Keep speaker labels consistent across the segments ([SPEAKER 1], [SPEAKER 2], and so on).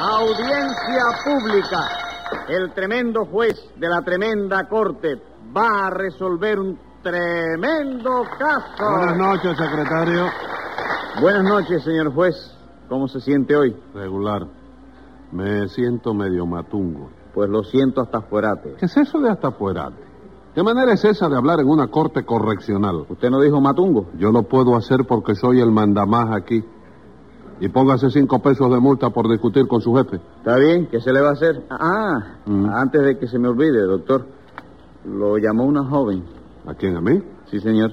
[SPEAKER 1] Audiencia pública. El tremendo juez de la tremenda corte va a resolver un tremendo caso.
[SPEAKER 2] Buenas noches, secretario.
[SPEAKER 1] Buenas noches, señor juez. ¿Cómo se siente hoy?
[SPEAKER 2] Regular. Me siento medio matungo.
[SPEAKER 1] Pues lo siento hasta fuerate.
[SPEAKER 2] ¿Qué es eso de hasta fuerate? ¿Qué manera es esa de hablar en una corte correccional?
[SPEAKER 1] ¿Usted no dijo matungo?
[SPEAKER 2] Yo lo puedo hacer porque soy el mandamás aquí. Y póngase cinco pesos de multa por discutir con su jefe.
[SPEAKER 1] Está bien, ¿qué se le va a hacer? Ah,
[SPEAKER 2] Mm.
[SPEAKER 1] antes de que se me olvide, doctor, lo llamó una joven.
[SPEAKER 2] ¿A quién? ¿A mí?
[SPEAKER 1] Sí, señor.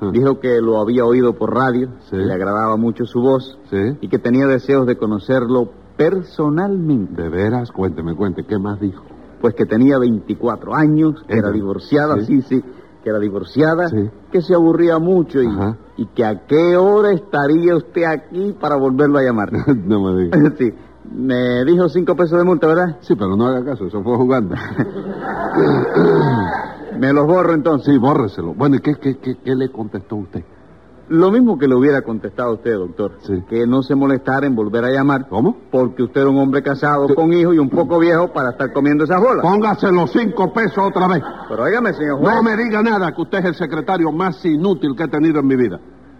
[SPEAKER 2] Ah.
[SPEAKER 1] Dijo que lo había oído por radio,
[SPEAKER 2] Sí.
[SPEAKER 1] le agradaba mucho su voz
[SPEAKER 2] Sí.
[SPEAKER 1] y que tenía deseos de conocerlo personalmente.
[SPEAKER 2] ¿De veras? Cuénteme, cuente. ¿Qué más dijo?
[SPEAKER 1] Pues que tenía 24 años, que era
[SPEAKER 2] Ella.
[SPEAKER 1] divorciada, sí,
[SPEAKER 2] Sí.
[SPEAKER 1] sí, que era divorciada,
[SPEAKER 2] Sí.
[SPEAKER 1] que se aburría mucho y,
[SPEAKER 2] Ajá.
[SPEAKER 1] y que a qué hora estaría usted aquí para volverlo a llamar.
[SPEAKER 2] no me diga.
[SPEAKER 1] sí, me dijo cinco pesos de multa, ¿verdad?
[SPEAKER 2] Sí, pero no haga caso. Eso fue jugando.
[SPEAKER 1] Me los borro entonces.
[SPEAKER 2] Sí, bórreselo. Bueno, ¿y qué, qué, qué, qué le contestó usted?
[SPEAKER 1] Lo mismo que le hubiera contestado a usted, doctor,
[SPEAKER 2] Sí. Oh.
[SPEAKER 1] que no se molestara en volver a llamar.
[SPEAKER 2] ¿Cómo?
[SPEAKER 1] Porque usted era un hombre casado
[SPEAKER 2] Sí.
[SPEAKER 1] con hijos y un poco viejo para estar comiendo esas bolas.
[SPEAKER 2] Póngase los cinco pesos otra vez.
[SPEAKER 1] Pero óigame, señor juez.
[SPEAKER 2] No me diga nada, que usted es el secretario más inútil que he tenido en mi vida.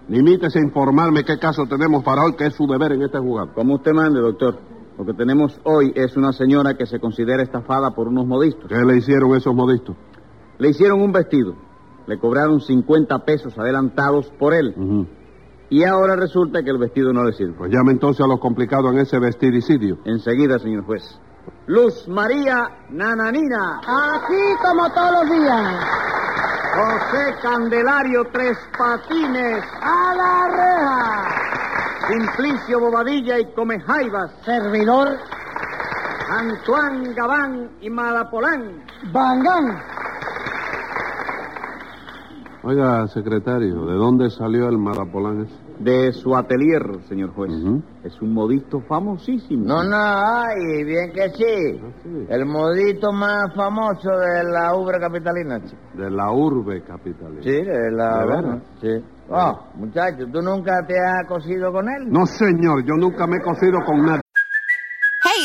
[SPEAKER 2] Limítese a informarme qué caso tenemos para hoy, que es su deber en este juzgado.
[SPEAKER 1] Como usted mande, doctor. Lo que tenemos hoy es una señora que se considera estafada por unos modistos.
[SPEAKER 2] ¿Qué le hicieron esos modistos?
[SPEAKER 1] Le hicieron un vestido. Le cobraron 50 pesos adelantados por él.
[SPEAKER 2] Mm.
[SPEAKER 1] Y ahora resulta que el vestido no le sirve.
[SPEAKER 2] Pues llame entonces a los complicados en ese vestidicidio.
[SPEAKER 1] Enseguida, señor juez. Luz María Nananina.
[SPEAKER 3] Aquí como todos los días.
[SPEAKER 1] José Candelario Tres Patines.
[SPEAKER 3] A la reja.
[SPEAKER 1] Simplicio Bobadilla y Comejaivas.
[SPEAKER 3] Servidor
[SPEAKER 1] Antoine Gabán y Malapolán.
[SPEAKER 3] Bangán.
[SPEAKER 2] Oiga, secretario, ¿de dónde salió el marapolán ese?
[SPEAKER 1] De su atelier, señor juez.
[SPEAKER 2] Ujú.
[SPEAKER 1] Es un modisto famosísimo.
[SPEAKER 4] No, no, ay, bien que sí.
[SPEAKER 2] Ah, sí.
[SPEAKER 4] El modito más famoso de la obra capitalina, chico.
[SPEAKER 2] De la urbe capitalina.
[SPEAKER 4] Sí, de la...
[SPEAKER 2] ¿De veras?
[SPEAKER 4] bueno, Sí. Oh, muchacho, ¿tú nunca te has cosido con él?
[SPEAKER 2] No, señor, yo nunca me he cocido con nadie.
[SPEAKER 5] Hey,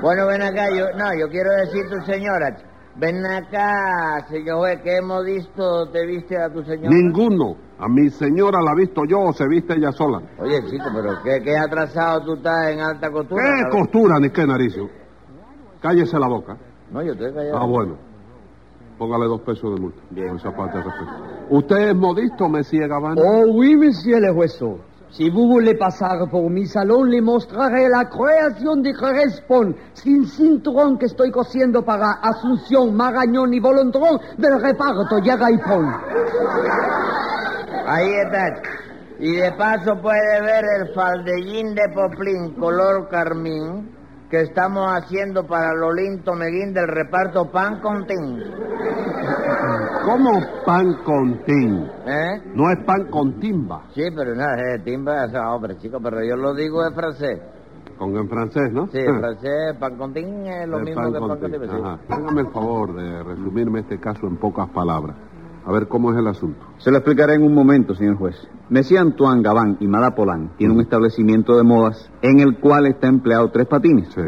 [SPEAKER 4] Bueno, ven acá, yo, no, yo quiero decir tu señora. Ven acá, señor juez, que hemos visto, te viste a tu señora.
[SPEAKER 2] Ninguno. A mi señora la he visto yo o se viste ella sola.
[SPEAKER 4] Oye, chico, pero qué, qué atrasado tú estás en alta costura.
[SPEAKER 2] ¿Qué
[SPEAKER 4] cabrón.
[SPEAKER 2] costura ni qué naricio? Cállese la boca.
[SPEAKER 4] No, yo estoy callado.
[SPEAKER 2] Ah, bueno. Póngale dos pesos de multa. Bien. Esa parte de respeto. ¿Usted es modisto, Messi Gavana?
[SPEAKER 6] Oh oui, monsieur le hueso. Si vous voulez pasar por mi salón, le mostraré la creación de Correspond sin cinturón que estoy cosiendo para Asunción, Marañón y Volondrón del reparto Llega y Pon.
[SPEAKER 4] Ahí está. Y de paso puede ver el faldellín de poplín color carmín que estamos haciendo para Lolín Tomeguín del reparto Pan con Tin.
[SPEAKER 2] ¿Cómo pan con tin?
[SPEAKER 4] ¿Eh?
[SPEAKER 2] No es pan con timba.
[SPEAKER 4] Sí, pero no, es timba, es hombre, chico, pero yo lo digo en francés.
[SPEAKER 2] Con en francés, ¿no?
[SPEAKER 4] Sí, en francés, pan con tin es lo
[SPEAKER 2] Eh,
[SPEAKER 4] mismo
[SPEAKER 2] Ah. pan
[SPEAKER 4] que pan con
[SPEAKER 2] tin.
[SPEAKER 4] timba, sí.
[SPEAKER 2] Ajá. Hágame el favor de resumirme este caso en pocas palabras. A ver cómo es el asunto.
[SPEAKER 1] Se lo explicaré en un momento, señor juez. Messi Antoine Gabán y Mada Polán tiene un establecimiento de modas en el cual está empleado tres patines.
[SPEAKER 2] Sí.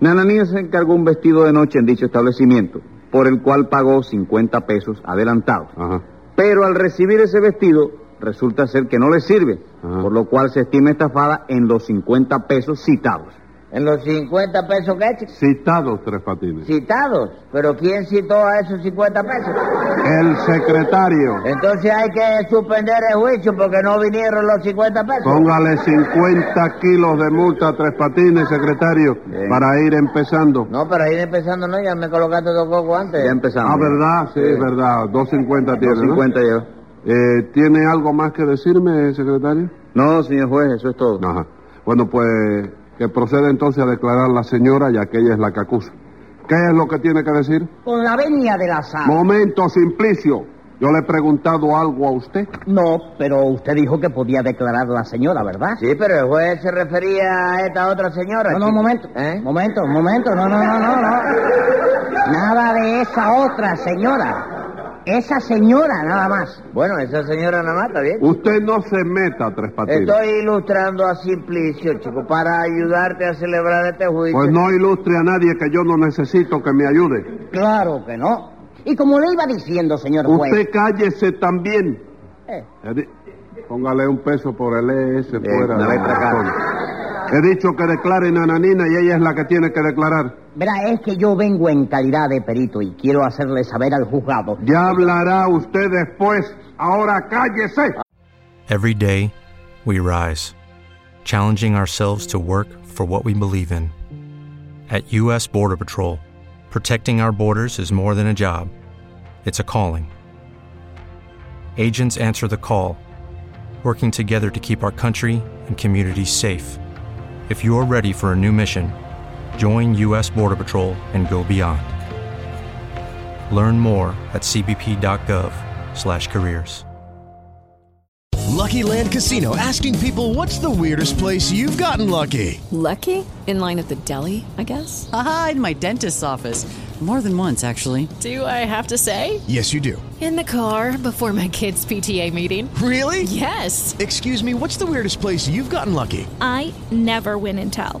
[SPEAKER 1] Nananía se encargó un vestido de noche en dicho establecimiento, por el cual pagó 50 pesos adelantados.
[SPEAKER 2] Ajá.
[SPEAKER 1] Pero al recibir ese vestido, resulta ser que no le sirve,
[SPEAKER 2] Ajá.
[SPEAKER 1] por lo cual se estima estafada en los 50 pesos citados.
[SPEAKER 4] En los 50 pesos que eches,
[SPEAKER 2] Citados tres patines.
[SPEAKER 4] citados. Pero ¿quién citó a esos 50 pesos?
[SPEAKER 2] El secretario.
[SPEAKER 4] Entonces hay que suspender el juicio porque no vinieron los 50 pesos.
[SPEAKER 2] Póngale 50 kilos de multa a tres patines, secretario,
[SPEAKER 1] Bien.
[SPEAKER 2] para ir empezando.
[SPEAKER 4] No, pero ahí empezando, no, ya me colocaste dos cocos antes.
[SPEAKER 1] Ya empezamos.
[SPEAKER 2] Ah, ¿verdad? Sí, verdad. 250 tiene, ¿no?
[SPEAKER 1] 50 lleva.
[SPEAKER 2] Eh, ¿Tiene algo más que decirme, secretario?
[SPEAKER 1] No, señor juez, eso es todo.
[SPEAKER 2] Ajá. Bueno, pues que proceda entonces a declarar la señora, ya que ella es la que acusa. ¿Qué es lo que tiene que decir?
[SPEAKER 6] Con la venia de la
[SPEAKER 1] Ah.
[SPEAKER 6] sal.
[SPEAKER 2] Momento, Simplicio. Yo le he preguntado algo a usted.
[SPEAKER 6] No, pero usted dijo que podía declarar la señora, ¿verdad?
[SPEAKER 4] Sí, pero el juez se refería a esta otra señora.
[SPEAKER 6] No, no,
[SPEAKER 4] chico.
[SPEAKER 6] momento.
[SPEAKER 4] ¿Eh?
[SPEAKER 6] Momento, momento. No, no, no, no, no. Nada de esa otra señora. Esa señora nada más.
[SPEAKER 4] Bueno, esa señora nada más, está bien.
[SPEAKER 2] Usted no se meta, Tres Patines.
[SPEAKER 4] Estoy ilustrando a Simplicio, chico, para ayudarte a celebrar este juicio.
[SPEAKER 2] Pues no ilustre a nadie que yo no necesito que me ayude.
[SPEAKER 6] Claro que no. Y como le iba diciendo, señor
[SPEAKER 2] Usted cállese también.
[SPEAKER 6] Eh.
[SPEAKER 2] He di- Póngale un peso por el ES
[SPEAKER 1] Bien,
[SPEAKER 2] fuera.
[SPEAKER 1] una
[SPEAKER 2] de
[SPEAKER 1] letra acá.
[SPEAKER 2] zona. He dicho que declare Nananina y ella es la que tiene que declarar.
[SPEAKER 6] verá, es que yo vengo en calidad de perito y quiero hacerle saber al juzgado.
[SPEAKER 2] Ya hablará usted después. Ahora cállese.
[SPEAKER 7] Every day, we rise, challenging ourselves to work for what we believe in. At U.S. Border Patrol, protecting our borders is more than a job, it's a calling. Agents answer the call, working together to keep our country and communities safe. If you're ready for a new mission, join U.S. Border Patrol and go beyond. Learn more at cbp.gov/careers.
[SPEAKER 8] Lucky Land Casino asking people what's the weirdest place you've gotten lucky?
[SPEAKER 9] Lucky? In line at the deli, I guess?
[SPEAKER 10] Aha, in my dentist's office. More than once, actually.
[SPEAKER 9] Do I have to say?
[SPEAKER 8] Yes, you do.
[SPEAKER 9] In the car before my kids' PTA meeting.
[SPEAKER 8] Really?
[SPEAKER 9] Yes.
[SPEAKER 8] Excuse me, what's the weirdest place you've gotten lucky?
[SPEAKER 10] I never win and tell.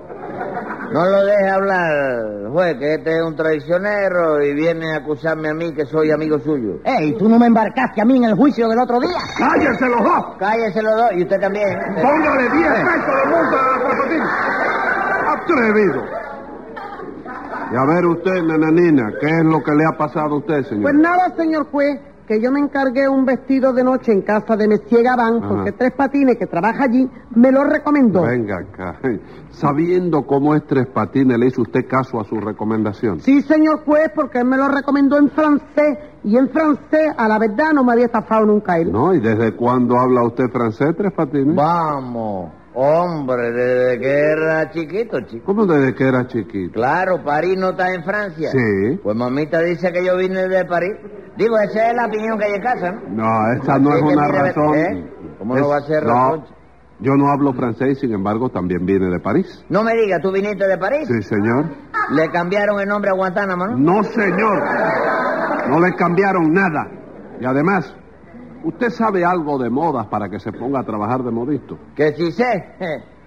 [SPEAKER 4] No lo deje hablar, juez, que este es un traicionero y viene a acusarme a mí que soy amigo suyo.
[SPEAKER 3] ¡Ey! ¿Tú no me embarcaste a mí en el juicio del otro día?
[SPEAKER 4] ¡Cállese los dos! ¡Cállese los dos! Y usted también.
[SPEAKER 2] Póngale 10 pesos de multa a la propiedad. Atrevido. Y a ver usted, nananina, ¿qué es lo que le ha pasado a usted, señor?
[SPEAKER 3] Pues nada, señor juez, que yo me encargué un vestido de noche en casa de Monsieur Gabán,
[SPEAKER 2] Ajá.
[SPEAKER 3] porque Tres Patines, que trabaja allí, me lo recomendó.
[SPEAKER 2] Venga acá. Sabiendo cómo es Tres Patines, ¿le hizo usted caso a su recomendación?
[SPEAKER 3] Sí, señor juez, porque él me lo recomendó en francés, y en francés, a la verdad, no me había estafado nunca él.
[SPEAKER 2] ¿No? ¿Y desde cuándo habla usted francés, Tres Patines?
[SPEAKER 4] Vamos. Hombre, desde que era chiquito, chico.
[SPEAKER 2] ¿Cómo desde que era chiquito?
[SPEAKER 4] Claro, París no está en Francia.
[SPEAKER 2] Sí.
[SPEAKER 4] Pues mamita dice que yo vine de París. Digo, esa es la opinión que hay en casa, ¿no?
[SPEAKER 2] No, esa no
[SPEAKER 4] Así
[SPEAKER 2] es
[SPEAKER 4] que
[SPEAKER 2] una
[SPEAKER 4] mire,
[SPEAKER 2] razón.
[SPEAKER 4] ¿eh? ¿Cómo no va a ser
[SPEAKER 2] no,
[SPEAKER 4] razón?
[SPEAKER 2] Yo no hablo francés, sin embargo, también viene de París.
[SPEAKER 4] No me diga, ¿tú viniste de París?
[SPEAKER 2] Sí, Mm. señor.
[SPEAKER 4] Le cambiaron el nombre a Guantánamo, ¿no?
[SPEAKER 2] No, señor. No le cambiaron nada. Y además, ¿usted sabe algo de modas para que se ponga a trabajar de modisto?
[SPEAKER 4] Que sí sé.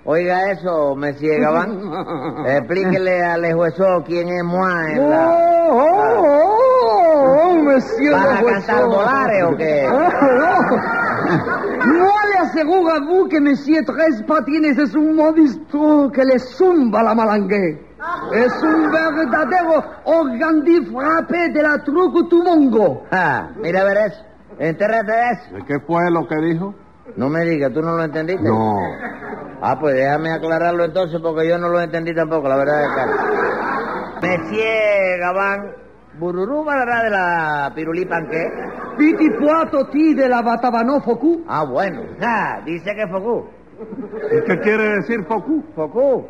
[SPEAKER 4] Oiga eso, Messi Gabán. Explíquele al juezó quién es Moa en la...
[SPEAKER 6] ¡Oh, monsieur
[SPEAKER 4] ¿Vas a
[SPEAKER 6] Hueso.
[SPEAKER 4] cantar dólares o qué?
[SPEAKER 6] Oh, no. No le aseguro a vous que monsieur Tres Patines es un modisto que le zumba la malangue. Es un verdadero organdí frappé de la truco tumongo.
[SPEAKER 4] Ah, mira a ver eso. Entérrate de eso.
[SPEAKER 2] ¿De qué fue lo que dijo?
[SPEAKER 4] No me digas, ¿tú no lo entendiste?
[SPEAKER 2] No.
[SPEAKER 4] Ah, pues déjame aclararlo entonces porque yo no lo entendí tampoco, la verdad es que... Monsieur Gabán, bururú balará de la pirulí panqué.
[SPEAKER 6] Piti puato ti de la batabano focu.
[SPEAKER 4] Ah, bueno. Ah, dice que Focú.
[SPEAKER 2] ¿Y qué quiere decir Focú?
[SPEAKER 4] Focú.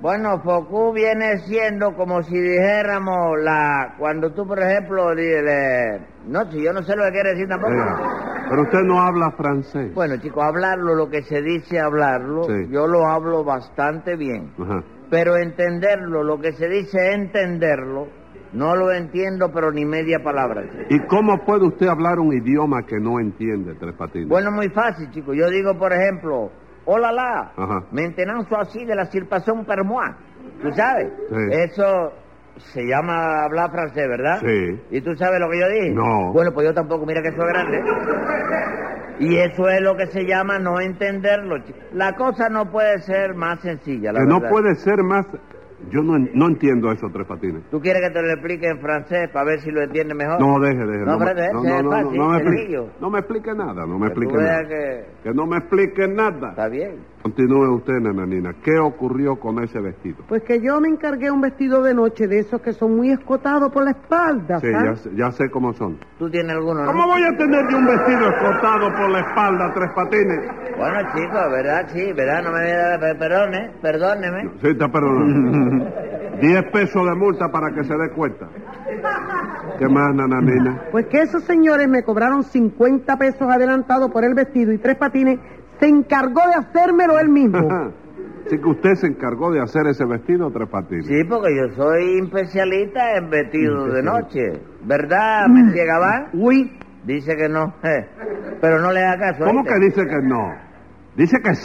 [SPEAKER 4] Bueno, Focú viene siendo como si dijéramos la... Cuando tú, por ejemplo, di- le... No, si yo no sé lo que quiere decir tampoco.
[SPEAKER 2] Oiga, Pero usted no habla francés.
[SPEAKER 4] Bueno, chicos, hablarlo, lo que se dice hablarlo,
[SPEAKER 2] Sí.
[SPEAKER 4] yo lo hablo bastante bien.
[SPEAKER 2] Ajá.
[SPEAKER 4] Pero entenderlo, lo que se dice entenderlo, no lo entiendo, pero ni media palabra. chico.
[SPEAKER 2] ¿Y cómo puede usted hablar un idioma que no entiende, Tres Patines?
[SPEAKER 4] Bueno, muy fácil, chicos. Yo digo, por ejemplo, hola la,
[SPEAKER 2] Ajá.
[SPEAKER 4] maintenance así de la cirpación per moi. ¿Tú sabes?
[SPEAKER 2] Sí.
[SPEAKER 4] Eso se llama hablar francés, ¿verdad?
[SPEAKER 2] Sí.
[SPEAKER 4] ¿Y tú sabes lo que yo dije?
[SPEAKER 2] No.
[SPEAKER 4] Bueno, pues yo tampoco, mira que eso es grande. Y eso es lo que se llama no entenderlo. chico. La cosa no puede ser más sencilla, la
[SPEAKER 2] que no
[SPEAKER 4] verdad.
[SPEAKER 2] puede ser más... Yo no, en- no entiendo eso, Tres Patines.
[SPEAKER 4] ¿Tú quieres que te lo explique en francés para ver si lo entiendes mejor?
[SPEAKER 2] No, deje, deje.
[SPEAKER 4] No,
[SPEAKER 2] me-
[SPEAKER 4] espérate,
[SPEAKER 2] no,
[SPEAKER 4] ese
[SPEAKER 2] no,
[SPEAKER 4] es
[SPEAKER 2] no, no,
[SPEAKER 4] fácil,
[SPEAKER 2] no me explique,
[SPEAKER 4] sencillo.
[SPEAKER 2] no me explique nada, no me
[SPEAKER 4] Que tú
[SPEAKER 2] explique
[SPEAKER 4] veas
[SPEAKER 2] nada.
[SPEAKER 4] que...
[SPEAKER 2] Que no me explique nada.
[SPEAKER 4] Está bien.
[SPEAKER 2] Continúe usted, nananina. ¿Qué ocurrió con ese vestido?
[SPEAKER 3] Pues que yo me encargué un vestido de noche de esos que son muy escotados por la espalda,
[SPEAKER 2] Sí,
[SPEAKER 3] ¿sabes?
[SPEAKER 2] ya, sé- ya sé cómo son.
[SPEAKER 4] ¿Tú tienes alguno, no?
[SPEAKER 2] ¿Cómo voy a tener yo un vestido escotado por la espalda, tres patines?
[SPEAKER 4] Bueno, chicos, verdad, ah, sí, verdad, no me vea- pe- perdone, perdóneme.
[SPEAKER 2] Sí, te perdono. Diez pesos de multa para que se dé cuenta. ¿Qué más, nananina?
[SPEAKER 3] Pues que esos señores me cobraron 50 pesos adelantado por el vestido y tres patines se encargó de hacérmelo él mismo.
[SPEAKER 2] Así que usted se encargó de hacer ese vestido, tres patines.
[SPEAKER 4] Sí, porque yo soy especialista en vestidos de noche. ¿Verdad, Messie Gabán?
[SPEAKER 3] Mm. Uy.
[SPEAKER 4] Dice que no, eh, pero no le haga caso.
[SPEAKER 2] ¿Cómo
[SPEAKER 4] ¿oíste?
[SPEAKER 2] que dice que no? Dice que sí.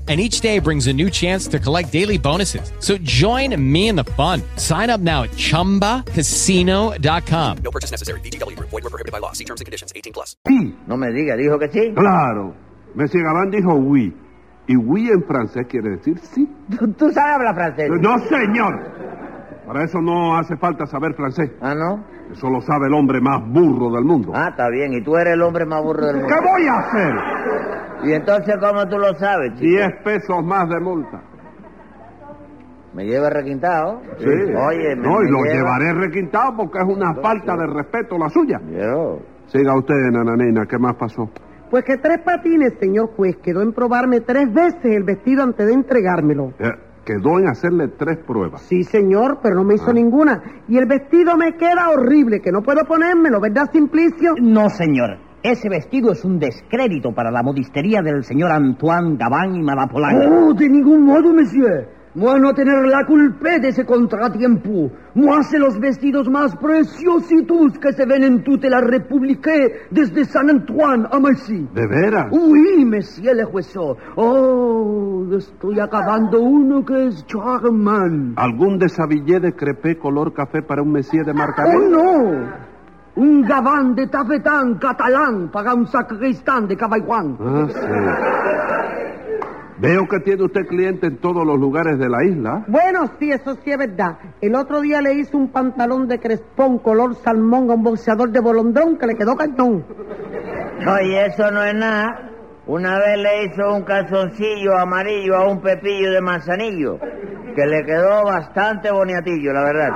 [SPEAKER 11] And each day brings a new chance to collect daily bonuses. So join me in the fun. Sign up now at chumbacasino.com.
[SPEAKER 12] No purchase necessary. VGW Group. Void were prohibited by law. See terms and conditions. 18 plus.
[SPEAKER 2] Sí,
[SPEAKER 4] No me diga, dijo que sí.
[SPEAKER 2] claro. Monsieur Gabán dijo oui. Y oui en francés quiere decir sí.
[SPEAKER 4] ¿Tú sabes hablar francés?
[SPEAKER 2] Eh, No, señor. Para eso no hace falta saber francés.
[SPEAKER 4] Ah, ¿no?
[SPEAKER 2] Eso lo sabe el hombre más burro del mundo.
[SPEAKER 4] Ah, está bien. Y tú eres el hombre más burro del mundo.
[SPEAKER 2] ¿Qué voy a hacer?
[SPEAKER 4] ¿Y entonces cómo tú lo sabes, chico?
[SPEAKER 2] Diez pesos más de multa.
[SPEAKER 4] Me lleva requintado.
[SPEAKER 2] Sí.
[SPEAKER 4] Oye, me,
[SPEAKER 2] no, y
[SPEAKER 4] me
[SPEAKER 2] lo
[SPEAKER 4] lleva-
[SPEAKER 2] llevaré requintado porque es una falta de respeto la suya. Siga usted, nananina, ¿qué más pasó?
[SPEAKER 3] Pues que tres patines, señor juez, quedó en probarme tres veces el vestido antes de entregármelo.
[SPEAKER 2] Eh, quedó en hacerle tres pruebas.
[SPEAKER 3] Sí, señor, pero no me hizo ninguna. Y el vestido me queda horrible, que no puedo ponérmelo, ¿verdad, Simplicio?
[SPEAKER 13] No, señor. Ese vestido es un descrédito para la modistería del señor Antoine Gabán y Malapolanga.
[SPEAKER 6] Oh, de ningún modo, monsieur. Moi no tener la culpa de ese contratiempo. Moi sé los vestidos más preciositos que se ven en toda la República desde San Antoine a Messi.
[SPEAKER 2] ¿De veras?
[SPEAKER 6] Oui, monsieur le juez. Oh, estoy acabando uno que es charmant.
[SPEAKER 2] ¿Algún desabillé de crepé color café para un mesía de marcaré?
[SPEAKER 6] ¡Oh, no! Un gabán de tafetán catalán para un sacristán de Cabayguán.
[SPEAKER 2] Ah, sí. Veo que tiene usted cliente en todos los lugares de la isla.
[SPEAKER 3] Bueno, sí, eso sí es verdad. El otro día le hice un pantalón de crespón color salmón a un boxeador de bolondrón que le quedó cartón.
[SPEAKER 4] No, y eso no es nada. Una vez le hizo un calzoncillo amarillo a un pepillo de manzanillo, que le quedó bastante boniatillo, la verdad.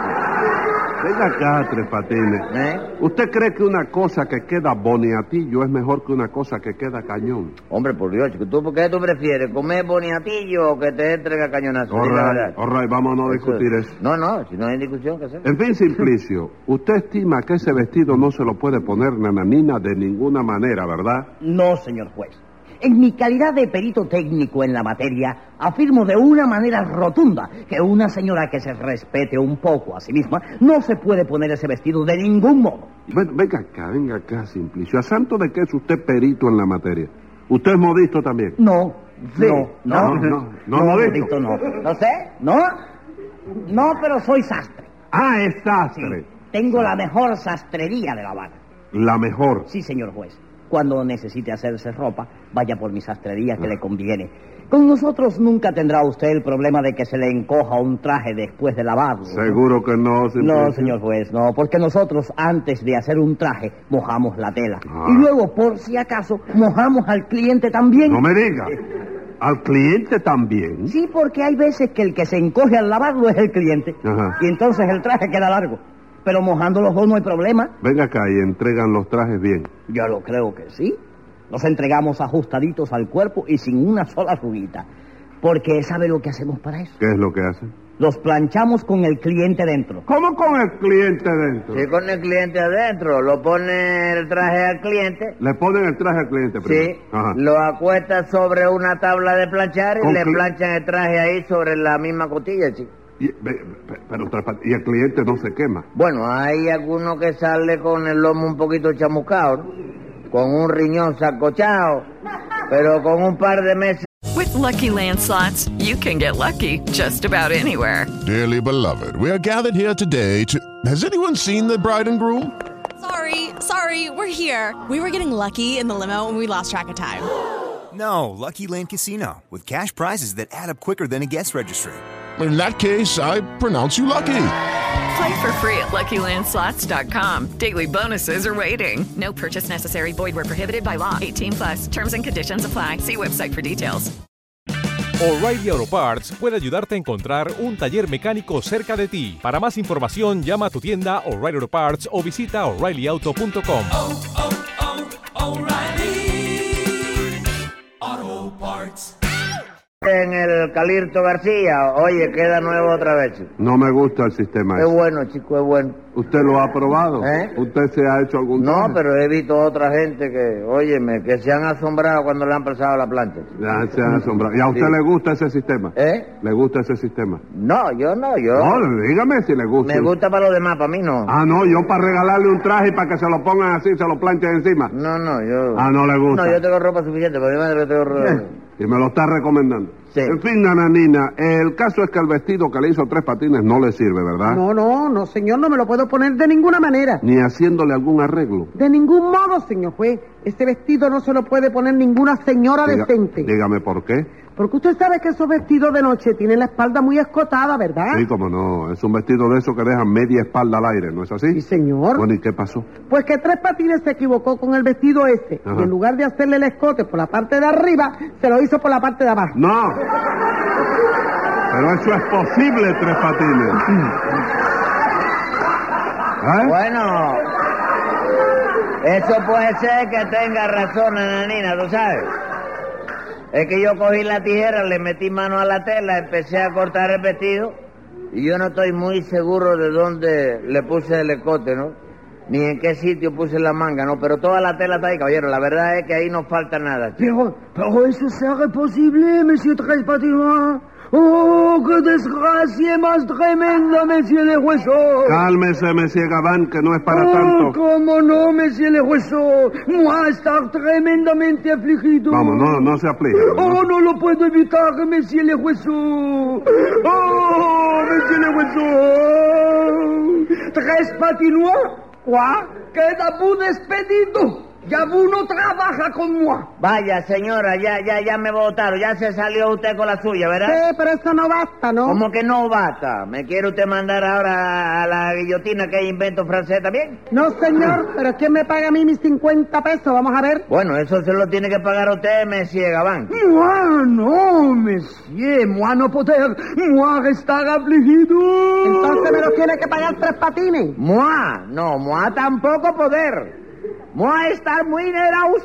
[SPEAKER 2] Venga acá, Tres Patines.
[SPEAKER 4] ¿Eh?
[SPEAKER 2] ¿Usted cree que una cosa que queda boniatillo es mejor que una cosa que queda cañón?
[SPEAKER 4] Hombre, por Dios, chico, ¿tú por qué tú prefieres comer boniatillo o que te entrega cañonazo? Dime la
[SPEAKER 2] All right,
[SPEAKER 4] verdad.
[SPEAKER 2] all right, vamos a no
[SPEAKER 4] Eso-
[SPEAKER 2] discutir eso.
[SPEAKER 4] No, no, si no hay discusión, ¿qué hacer?
[SPEAKER 2] En fin, Simplicio, usted estima que ese vestido no se lo puede poner Nananina de ninguna manera, ¿verdad?
[SPEAKER 13] No, señor juez. En mi calidad de perito técnico en la materia, afirmo de una manera rotunda que una señora que se respete un poco a sí misma no se puede poner ese vestido de ningún modo.
[SPEAKER 2] Bueno, venga acá, venga acá, Simplicio. ¿A santo de que es usted perito en la materia? ¿Usted es modisto también?
[SPEAKER 13] No,
[SPEAKER 2] Sí.
[SPEAKER 13] no,
[SPEAKER 2] No, no, no, modisto.
[SPEAKER 13] modisto, no. No sé, no, no, pero soy sastre.
[SPEAKER 2] Ah, es sastre.
[SPEAKER 13] Tengo la mejor sastrería de La Habana.
[SPEAKER 2] La mejor.
[SPEAKER 13] Sí, señor juez. Cuando necesite hacerse ropa, vaya por mi sastrería que le conviene. Con nosotros nunca tendrá usted el problema de que se le encoja un traje después de lavarlo. ¿no?
[SPEAKER 2] Seguro que no, Simplicio.
[SPEAKER 13] No, señor juez, no, porque nosotros antes de hacer un traje mojamos la tela.
[SPEAKER 2] Ah.
[SPEAKER 13] Y luego, por si acaso, mojamos al cliente también.
[SPEAKER 2] No me diga. Al cliente también.
[SPEAKER 13] Sí, porque hay veces que el que se encoge al lavarlo es el cliente.
[SPEAKER 2] Ajá.
[SPEAKER 13] Y entonces el traje queda largo. Pero mojando los dos no hay problema.
[SPEAKER 2] Venga acá y entregan los trajes bien.
[SPEAKER 13] Yo lo creo que sí. Los entregamos ajustaditos al cuerpo y sin una sola arruguita. Porque sabe lo que hacemos para eso.
[SPEAKER 2] ¿Qué es lo que hacen?
[SPEAKER 13] Los planchamos con el cliente dentro.
[SPEAKER 2] ¿Cómo con el cliente dentro?
[SPEAKER 4] Si con el cliente adentro, lo pone el traje al cliente,
[SPEAKER 2] Le ponen el traje al cliente primero.
[SPEAKER 4] Sí.
[SPEAKER 2] Ajá.
[SPEAKER 4] lo acuesta sobre una tabla de planchar y
[SPEAKER 2] Con
[SPEAKER 4] le
[SPEAKER 2] cli-
[SPEAKER 4] planchan el traje ahí sobre la misma costilla, chico.
[SPEAKER 2] Y, ve- ve- pero, Tres Patines, y el cliente no se quema.
[SPEAKER 4] Bueno, hay alguno que sale con el lomo un poquito chamuscado, ¿no? con un riñón sacochado, pero con un par de meses.
[SPEAKER 14] With Lucky Land slots, you can get lucky just about anywhere.
[SPEAKER 15] Dearly beloved, we are gathered here today to. Has anyone seen the bride and groom?
[SPEAKER 16] Sorry, sorry, we're here. We were getting lucky in the limo and we lost track of time.
[SPEAKER 17] No, Lucky Land Casino, with cash prizes that add up quicker than a guest registry.
[SPEAKER 15] In that case, I pronounce you lucky.
[SPEAKER 14] Play for free at LuckyLandSlots.com. Daily bonuses are waiting. No purchase necessary. Void where prohibited by law. 18 plus terms and conditions apply. See website for details.
[SPEAKER 18] O'Reilly Auto Parts puede ayudarte a encontrar un taller mecánico cerca de ti. Para más información, llama a tu tienda O'Reilly Auto Parts o visita oreillyauto.com.
[SPEAKER 4] En el Calirto García, oye, queda nuevo otra vez. chico.
[SPEAKER 2] No me gusta el sistema
[SPEAKER 4] Es
[SPEAKER 2] ese.
[SPEAKER 4] bueno, chico, es bueno.
[SPEAKER 2] ¿Usted lo ha probado?
[SPEAKER 4] ¿Eh?
[SPEAKER 2] ¿Usted se ha hecho algún
[SPEAKER 4] No,
[SPEAKER 2] traje?
[SPEAKER 4] pero he visto otra gente que, óyeme, que se han asombrado cuando le han pasado la plancha. chico.
[SPEAKER 2] Ya se ha asombrado. ¿Y a usted
[SPEAKER 4] Sí.
[SPEAKER 2] le gusta ese sistema?
[SPEAKER 4] ¿Eh?
[SPEAKER 2] ¿Le gusta ese sistema?
[SPEAKER 4] No, yo no, yo.
[SPEAKER 2] No, dígame si le gusta.
[SPEAKER 4] me gusta para los demás, para mí no.
[SPEAKER 2] Ah, no, yo para regalarle un traje y para que se lo pongan así, se lo planchen encima.
[SPEAKER 4] No, no, yo.
[SPEAKER 2] Ah, no le gusta.
[SPEAKER 4] No, yo tengo ropa suficiente, pero mi madre tengo ropa.
[SPEAKER 2] Eh, Y me lo está recomendando. En fin, nananina, el caso es que el vestido que le hizo Tres Patines no le sirve, ¿verdad?
[SPEAKER 3] No, no, no, señor, no me lo puedo poner de ninguna manera.
[SPEAKER 2] Ni haciéndole algún arreglo.
[SPEAKER 3] De ningún modo, señor juez. Este vestido no se lo puede poner ninguna señora
[SPEAKER 2] Diga-
[SPEAKER 3] decente.
[SPEAKER 2] Dígame por qué.
[SPEAKER 4] ¿Eh?
[SPEAKER 3] Porque usted sabe que esos vestidos de noche tienen la espalda muy escotada, ¿verdad?
[SPEAKER 2] Sí, como no, es un vestido de esos que dejan media espalda al aire, ¿no es así? Sí,
[SPEAKER 3] señor.
[SPEAKER 2] Bueno, ¿y qué pasó?
[SPEAKER 3] Pues que Tres Patines se equivocó con el vestido ese.
[SPEAKER 2] Ajá.
[SPEAKER 3] Y en lugar de hacerle el escote por la parte de arriba, se lo hizo por la parte de abajo.
[SPEAKER 2] ¡No! Pero eso es posible, Tres Patines. ¿Eh?
[SPEAKER 4] Bueno, eso puede ser que tenga razón, Ananina, ¿tú sabes? Es que yo cogí la tijera, le metí mano a la tela, empecé a cortar el vestido y yo no estoy muy seguro de dónde le puse el escote, ¿no? Ni en qué sitio puse la manga, ¿no? Pero toda la tela está ahí, caballero. La verdad es que ahí no falta nada. chico.
[SPEAKER 6] Pero, pero eso será posible, monsieur Trespatinois. Oh, qué desgracia más tremenda, monsieur le hueso.
[SPEAKER 2] Cálmese, Monsieur Gabán, que no es para
[SPEAKER 6] Oh,
[SPEAKER 2] tanto.
[SPEAKER 6] cómo no, monsieur le hueso. Moi, estar tremendamente afligido.
[SPEAKER 2] Vamos, no, no se aplica.
[SPEAKER 6] Oh, no lo puedo evitar, monsieur le hueso. Oh, monsieur le hueso. Tres patinois. ¿Cuá? Queda un despedido. Ya uno trabaja con moi.
[SPEAKER 4] Vaya, señora, ya, ya, ya me votaron. Ya se salió usted con la suya, ¿verdad?
[SPEAKER 3] Sí, Eh, pero eso no basta, ¿no?
[SPEAKER 4] ¿Cómo que no basta? ¿Me quiere usted mandar ahora a la guillotina que hay invento francés también?
[SPEAKER 3] No, señor, pero ¿quién me paga a mí mis 50 pesos? Vamos a ver.
[SPEAKER 4] Bueno, eso se lo tiene que pagar usted, Messi Gabán.
[SPEAKER 6] Moi, no, monsieur, moi no poder, moi restar afligido.
[SPEAKER 3] Entonces me lo tiene que pagar Tres Patines.
[SPEAKER 4] Moa, no, Moa tampoco poder. Moa estar muy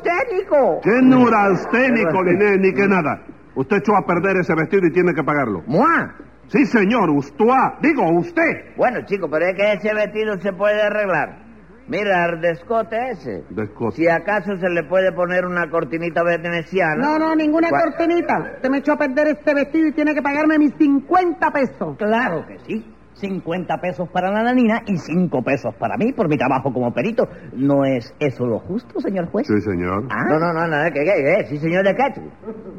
[SPEAKER 4] neurausténico.
[SPEAKER 2] ¿Qué neurasténico, Liné, ni qué nada? Usted echó a perder ese vestido y tiene que pagarlo.
[SPEAKER 4] ¡Mua!
[SPEAKER 2] Sí, señor, usted. Digo, usted.
[SPEAKER 4] Bueno, chico, pero es que ese vestido se puede arreglar. Mira, el descote ese.
[SPEAKER 2] Descote.
[SPEAKER 4] Si acaso se le puede poner una cortinita veneciana.
[SPEAKER 3] No, no, ninguna
[SPEAKER 4] Gua-
[SPEAKER 3] cortinita. Usted me echó a perder este vestido y tiene que pagarme mis 50 pesos.
[SPEAKER 13] Claro que sí. 50 pesos para la nanina y 5 pesos para mí por mi trabajo como perito. ¿No es eso lo justo, señor juez?
[SPEAKER 2] Sí, señor.
[SPEAKER 3] Ah.
[SPEAKER 4] No, no, no, nada, que qué, qué, sí, señor de qué, chico?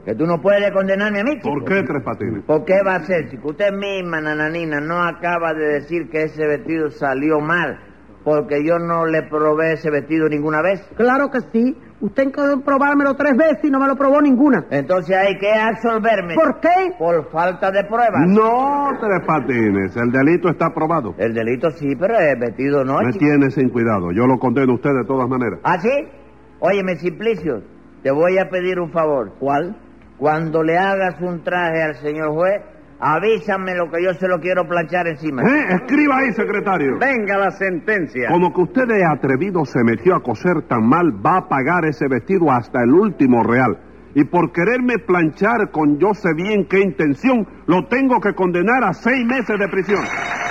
[SPEAKER 4] Que tú no puedes condenarme a mí, chico.
[SPEAKER 2] ¿Por qué tres patines?
[SPEAKER 4] ¿Por qué va a ser, chico? Usted misma, nananina, no acaba de decir que ese vestido salió mal, porque yo no le probé ese vestido ninguna vez.
[SPEAKER 3] Claro que sí. Usted quedó en probármelo tres veces y no me lo probó ninguna.
[SPEAKER 4] Entonces hay que absolverme.
[SPEAKER 3] ¿Por qué?
[SPEAKER 4] Por falta de pruebas.
[SPEAKER 2] No, tres patines. El delito está aprobado.
[SPEAKER 4] El delito sí, pero el vestido no.
[SPEAKER 2] Me
[SPEAKER 4] chico.
[SPEAKER 2] tiene sin cuidado. Yo lo condeno a usted de todas maneras.
[SPEAKER 4] ¿Ah, sí? Óyeme, Simplicio, te voy a pedir un favor. ¿Cuál? Cuando le hagas un traje al señor juez, avísame lo que yo se lo quiero planchar
[SPEAKER 3] Ah.
[SPEAKER 4] encima.
[SPEAKER 2] ¿Eh? Escriba ahí, secretario.
[SPEAKER 1] Venga la sentencia.
[SPEAKER 2] Como que usted de atrevido se metió a coser tan mal, va a pagar ese vestido hasta el último real. Y por quererme planchar con yo sé bien qué intención, lo tengo que condenar a seis meses de prisión.